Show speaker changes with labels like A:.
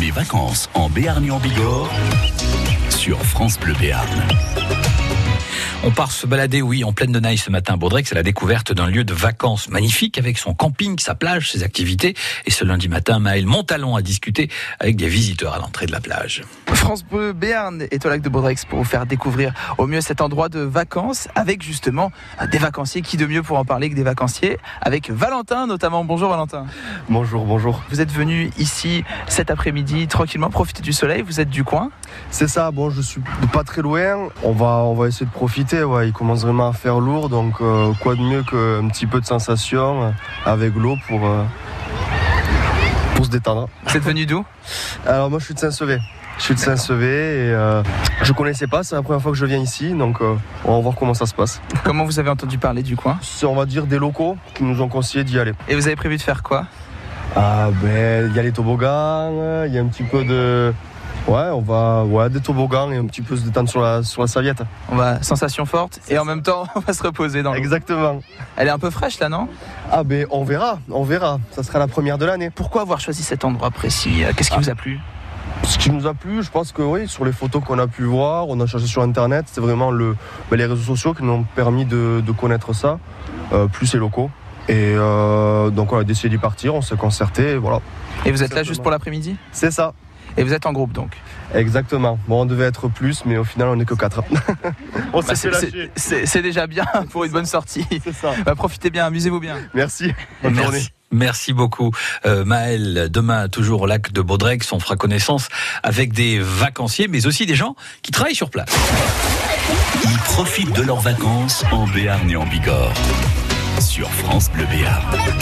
A: Les vacances en Béarn et en Bigorre sur France Bleu Béarn.
B: On part se balader, oui, en pleine Denaille ce matin à Baudrec. C'est la découverte d'un lieu de vacances magnifique avec son camping, sa plage, ses activités. Et ce lundi matin, Maël Montalon a discuté avec des visiteurs à l'entrée de la plage.
C: France Bleu Béarn est au lac de Baudrex pour vous faire découvrir au mieux cet endroit de vacances avec justement des vacanciers. Qui de mieux pour en parler que des vacanciers Avec Valentin notamment. Bonjour Valentin.
D: Bonjour, bonjour.
C: Vous êtes venu ici cet après-midi tranquillement profiter du soleil. Vous êtes du coin.
D: C'est ça, bon, je suis pas très loin. On va, on va essayer de profiter. ouais. Il commence vraiment à faire lourd, donc euh, quoi de mieux qu'un petit peu de sensation euh, avec l'eau pour, euh, pour se détendre.
C: Vous êtes venu d'où
D: Alors, moi, je suis de Saint-Sevé. Je suis de Saint-Sevé et euh, je connaissais pas, c'est la première fois que je viens ici, donc euh, on va voir comment ça se passe.
C: Comment vous avez entendu parler du coin
D: C'est, on va dire, des locaux qui nous ont conseillé d'y aller.
C: Et vous avez prévu de faire quoi
D: Ah ben, il y a les toboggans, il y a un petit peu de... Ouais, on va... Ouais, des toboggans et un petit peu se détendre sur la, sur la serviette.
C: On va sensation forte et en même temps on va se reposer
D: Hein.
C: dans l'eau.
D: Exactement.
C: Elle est un peu fraîche là non
D: Ah ben, on verra, on verra. Ça sera la première de l'année.
C: Pourquoi avoir choisi cet endroit précis Euh, Qu'est-ce qui vous a plu
D: Ce qui nous a plu, je pense que oui, sur les photos qu'on a pu voir, on a cherché sur internet, c'est vraiment le, ben, les réseaux sociaux qui nous ont permis de, de connaître ça, euh, plus les locaux. Et euh, donc on a décidé d'y partir, on s'est concerté, et voilà.
C: Et vous êtes là juste pour l'après-midi
D: C'est ça,
C: Et vous êtes en groupe donc
D: exactement. Bon, on devait être plus, mais au final, on n'est que 4. on
C: Bah,
D: s'est fait
C: c'est-
D: lâcher.
C: c'est- C'est c'est déjà bien pour une bonne sortie.
D: C'est ça.
C: Bah, profitez bien, amusez-vous bien.
D: Merci.
C: Bah,
D: Bonne journée.
B: Merci. Merci beaucoup, euh, Maël. Demain, toujours au lac de Baudrex, on fera connaissance avec des vacanciers, mais aussi des gens qui travaillent sur place.
A: Ils profitent de leurs vacances en Béarn et en Bigorre sur France Bleu Béarn.